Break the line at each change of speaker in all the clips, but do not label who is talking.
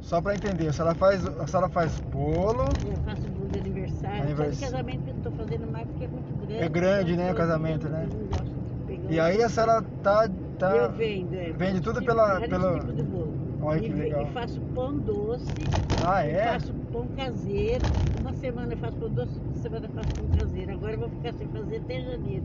Só pra entender, a senhora faz, a senhora faz bolo.
Eu faço bolo de aniversário.
Anivers-
Só de casamento que eu não tô fazendo mais porque é muito grande.
É grande, né, o
Eu
casamento, né?
não gosto de pegar um-
E aí a senora tá. tá...
Eu vendo, é.
vende tudo
Tipo,
pela-
vários
pela-
tipos de bolo.
Olha que
e, ve-
legal.
E faço pão doce,
Ah,
e
é?
faço pão caseiro. Uma semana eu faço pão doce, outra semana eu faço pão caseiro. Agora eu vou ficar sem fazer até janeiro.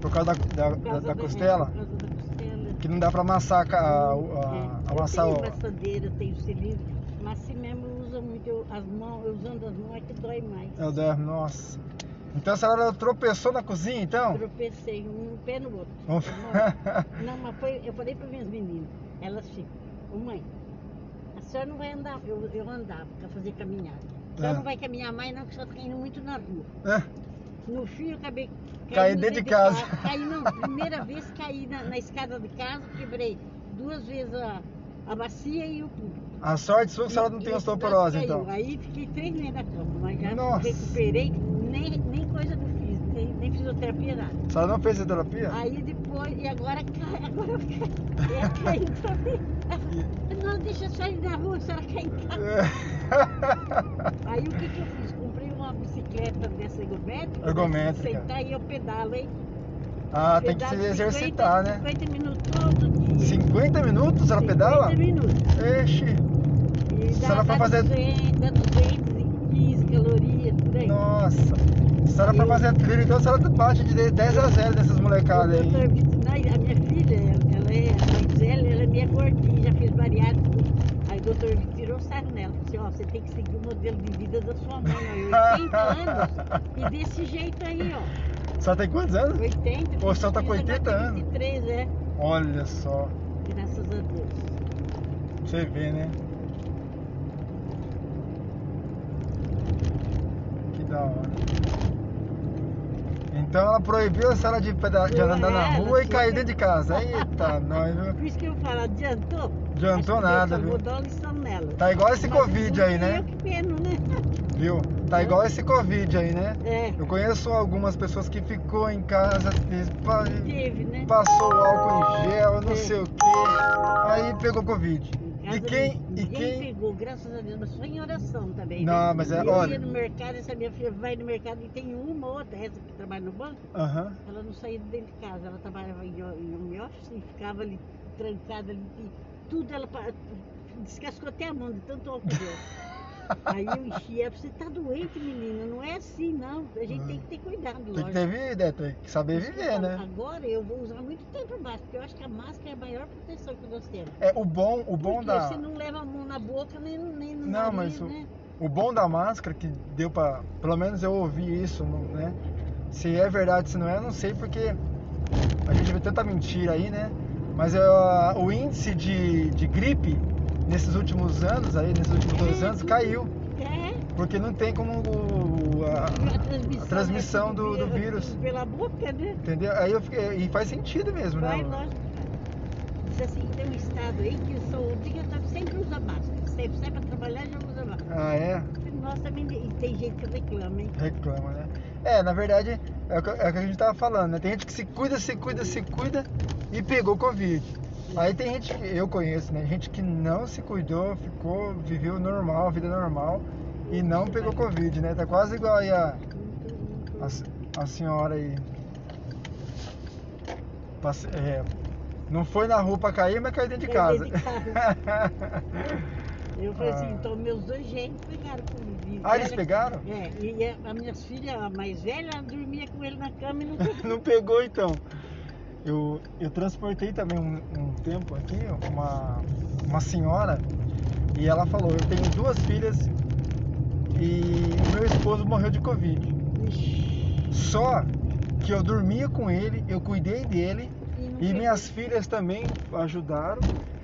Por causa da, da,
por causa
da- da costela?
Por causa da costela.
Que não dá pra amassar a, ca- a, a-
É.
amassar
eu
o.
tenho maçadeira, eu tenho cilindro, mas se mesmo eu uso muito eu- as mãos, eu usando as mãos é que dói mais.
Eu der- nossa. Então a senhora tropeçou na cozinha, então?
Tropecei um pé no outro.
Vamos-
Não, não, mas foi, eu falei para minhas meninas, elas ficam, ô mãe, a senhora não vai andar, eu, eu andava para fazer caminhada. A senhora
Ah.
não vai caminhar mais não, que a senhora está indo muito na rua.
É.
No fim eu acabei
Caí
caindo
dentro de casa.
Caí na primeira vez, caí na, na escada de casa, quebrei duas vezes a, a bacia e o pulo.
A sorte sua é que a senhora não tem
E- e
osteoporose,
caiu.
então.
Aí fiquei três meses na cama, mas já
Nossa.
recuperei, nem, nem coisa não fiz, nem, nem fisioterapia, nada.
A senhora não fez fisioterapia?
Aí depois, e agora cai, agora eu caí, é, caiu também. Ela falou, Não, deixa a senhora ir na rua, a senhora cai em
É.
casa. Aí o que que eu fiz? Comprei uma bicicleta dessa ergométrica.
Ergométrica.
Sentar e eu pedalo, hein?
ah, tem que se
Pedalo 50,
exercitar, né?
50 minutos todo dia.
50 minutos a senhora pedala?
50 minutos.
Eixe,
E
Se
dá,
ela
dá
for fazer-
200, dá 215 calorias, por aí.
nossa. A senhora pra
Eu-
fazer trilha, então a senhora bate de 10 a 0 dessas molecadas
Eu tô
aí.
habituada- a minha filha, ela é, a Gisele, ela é minha gordinha, já fez bariátrica. Aí o doutor me tirou sarro nela, falou assim, ó, você tem que seguir o modelo de vida da sua mãe, ó, 80 anos, e desse jeito aí, ó,
A senhora tem quantos anos?
80.
Pô, a senhora tá com
minha filha
80
agora tem
anos.
23, é,
Olha só,
graças a Deus.
pra você ver, né? Que da hora. Então ela proibiu a senhora de, peda- de andar na
Ela,
rua e
sim.
cair dentro de casa. Eita, nós, viu?
Por isso que eu falo, adiantou?
Adiantou
Acho que Deus
nada,
só
viu?
Vou dar uma lição nela.
Tá igual esse
Mas
Covid
não
aí,
fui Eu
né?
que peno, né?
Viu? Tá igual esse Covid aí, né?
É,
Eu conheço algumas pessoas que ficou em casa, fez- pa-
teve, né?
passou álcool em gel, não
É.
sei o que, aí pegou Covid.
Em casa
E quem,
ninguém
e quem,
pegou, graças a Deus, mas só em oração também.
Não,
né?
mas é-
eu
olha-
ia no mercado, essa minha filha vai no mercado e tem uma ou outra, essa que trabalha no banco,
Aham.
ela não saía de dentro de casa, ela trabalhava em, ho- em home office e ficava ali trancada ali, e tudo ela pa- descascou até a mão de tanto álcool gel. Aí eu enchia, você tá doente, menina, não é assim não, a gente tem que ter cuidado,
tem
lógico. Então,
que ter vida, é, tem que saber viver, né?
Agora eu vou usar muito tempo mais, porque eu acho que a máscara é a maior proteção que nós temos.
É o bom, o bom
Porque
da,
você não leva a mão na boca nem, nem no
Não,
nariz,
mas o-
né?
o bom da máscara que deu pra, pelo menos eu ouvi isso, não- né? Se é verdade, se não é, eu não sei porque a gente vê tanta mentira aí, né? Mas ah, o índice de, de gripe nesses últimos anos aí, nesses últimos dois
É,
anos,
tudo-
caiu.
É,
Porque não tem como o- a-
a transmissão,
a transmissão
é
do-
tudo
do
pe-
vírus.
Pela boca, né?
Entendeu? Aí eu fiquei. E faz sentido mesmo, né?
Vai, lógico. Diz assim, tem um estado aí que eu sou obrigatório, tá sempre usa máscara. Sempre sai pra trabalhar, já usa máscara.
Ah, é?
Nossa, men- e tem gente que reclama, hein?
Reclama, né? É, na verdade, é o que, é o que a gente tava falando, né? Tem gente que se cuida, se cuida, se cuida e pegou Covid. Aí tem gente que eu conheço, né? Gente que não se cuidou, ficou, viveu normal, vida normal e não pegou Covid, né? Tá quase igual aí a,
Muito, muito.
a, se- a senhora aí. Passe- é, não foi na rua pra cair, mas caiu dentro de
Caiu
casa.
dentro de Eu falei
Ah.
assim, então meus dois gêmeos pegaram Covid.
Ah, eles
Era-
pegaram?
É, e a, a minhas filhas, a mais velha, ela dormia com ele na cama e não pegou.
Não pegou então. Eu, eu transportei também um, um tempo aqui uma, uma senhora e ela falou, eu tenho duas filhas e o meu esposo morreu de Covid. Só que eu dormia com ele, eu cuidei dele
não
e
pegou.
minhas filhas também ajudaram.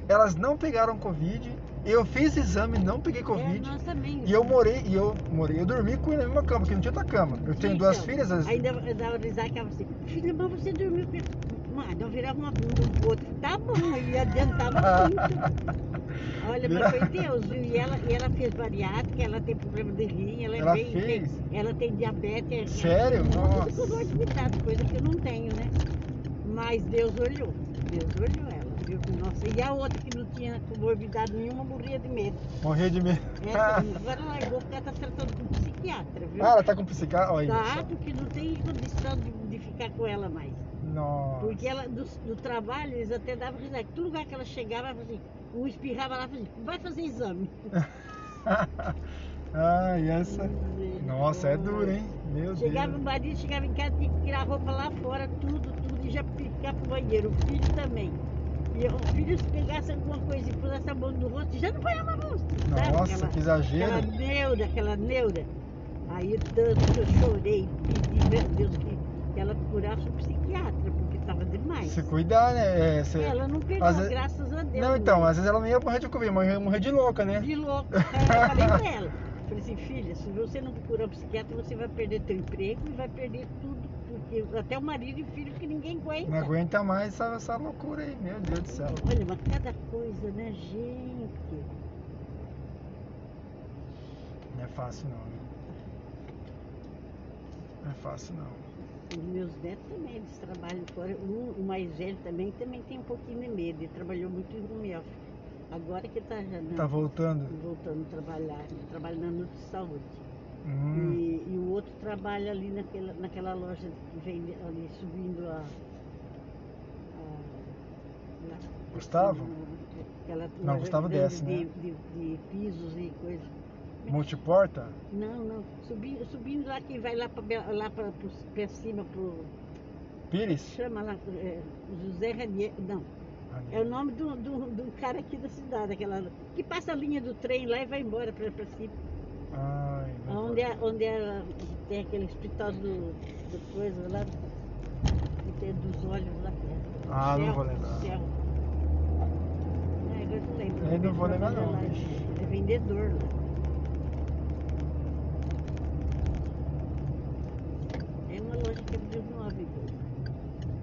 Elas não pegaram Covid. Eu fiz exame, não peguei
É,
Covid.
nós também.
E eu morei, e eu morei, eu dormi com ele na mesma cama, porque não tinha outra cama. Eu tenho duas
Então,
filhas, as-
Ainda eu dava risada que ela assim, filha, mas você dormiu com ele. Mano, eu virava uma bunda um pro outro. Tá bom, e adiantava muito. Olha,
Vira-
mas foi Deus, viu? E ela, e ela fez bariátrica, ela tem problema de rim, ela, é
Ela
bem- tem-
fez?
ela tem diabetes. é
Sério?
Ela,
Nossa.
Nossa. coisa que eu não tenho, né? Mas Deus olhou, Deus olhou ela. viu? Com nossa. E a outra que não tinha comorbidade nenhuma morria de medo.
Morria de medo.
Essa agora largou porque ela tá tratando com psiquiatra, viu?
Ah, ela tá com psiquiatra? Olha
Tá,
isso.
porque não tem condição de, de ficar com ela mais.
Nossa.
Porque ela, do, do trabalho, eles até davam risada. Todo lugar que ela chegava, ela fazia, um espirrava lá e fazia, vai fazer exame. Hum,
Ai, essa. Nossa, é dura, hein? Meu
né? Chegava o
Deus.
marido, chegava em casa, tinha que tirar a roupa lá fora, tudo, tudo, e já ficar pro banheiro. O filho também. E o filho, se pegasse alguma coisa e pusesse a mão no rosto, já não banhava o rosto. sabe?
Nossa, que exagero.
Aquela neura, aquela neura. Aí tanto que eu chorei, pedi, meu Deus, que, que ela curasse o psiquiatra, porque estava demais.
Se cuidar, né? É, se-
Ela não pegou,
Às vezes-
graças a Deus.
Não, então, às vezes ela não ia morrer de Covid, mas ia morrer de louca, né?
De louco. Aí eu falei pra ela. Falei assim, filha, se você não procurar um psiquiatra, você vai perder teu emprego e vai perder tudo. Porque até o marido e filho que ninguém aguenta.
Não aguenta mais essa, essa loucura aí, meu Deus do céu.
Olha, mas cada coisa, né, gente?
Não é fácil não, né? Não é fácil não.
Os meus netos também, eles trabalham fora. Um, o mais velho também, também tem um pouquinho de medo. Ele trabalhou muito em home office. Agora que tá já na-
Tá voltando?
voltando a trabalhar. Ele trabalha na Nutri Saúde.
Hum,
E, e o outro trabalha ali naquela, naquela loja que vende ali subindo a. a- lá.
Gustavo?
Aquela
Não,
loja
Gustavo
grande
desce,
de,
né?
de, de pisos e coisa.
multiporta?
Não, não. Subindo, subindo lá que vai lá para lá pra, pros- pra cima, pro.
Pires?
Chama lá. é, José Ranier. Não. É o nome do, do, do cara aqui da cidade, aquela. Que passa a linha do trem lá e vai embora pra, pra cima.
Ai, não
Onde, é, onde é, tem aquele hospital do, do coisa lá, que tem dos olhos lá. é.
Ah, não
Céu,
vou lembrar.
Céu. Ah, agora eu não lembro.
Eu não vou lembrar, não.
Trabalha lá, É vendedor lá. É uma loja que abriu no Abigo.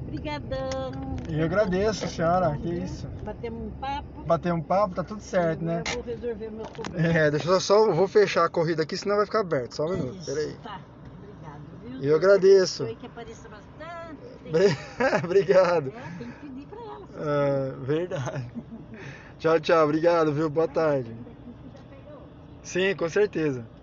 Obrigadão.
Eu agradeço, senhora, que isso.
Batemos um papo.
Bater um papo, tá tudo certo, né?
Agora eu vou resolver meus problemas.
É, deixa eu só, eu vou fechar a corrida aqui, senão vai ficar aberto. Só um minuto, peraí.
Tá, obrigado, viu?
Eu agradeço.
Foi que apareça bastante.
Bem- Obrigado.
É, tem que pedir pra ela.
Ah, verdade. Tchau, tchau. Obrigado, viu? Boa tarde. Sim, com certeza.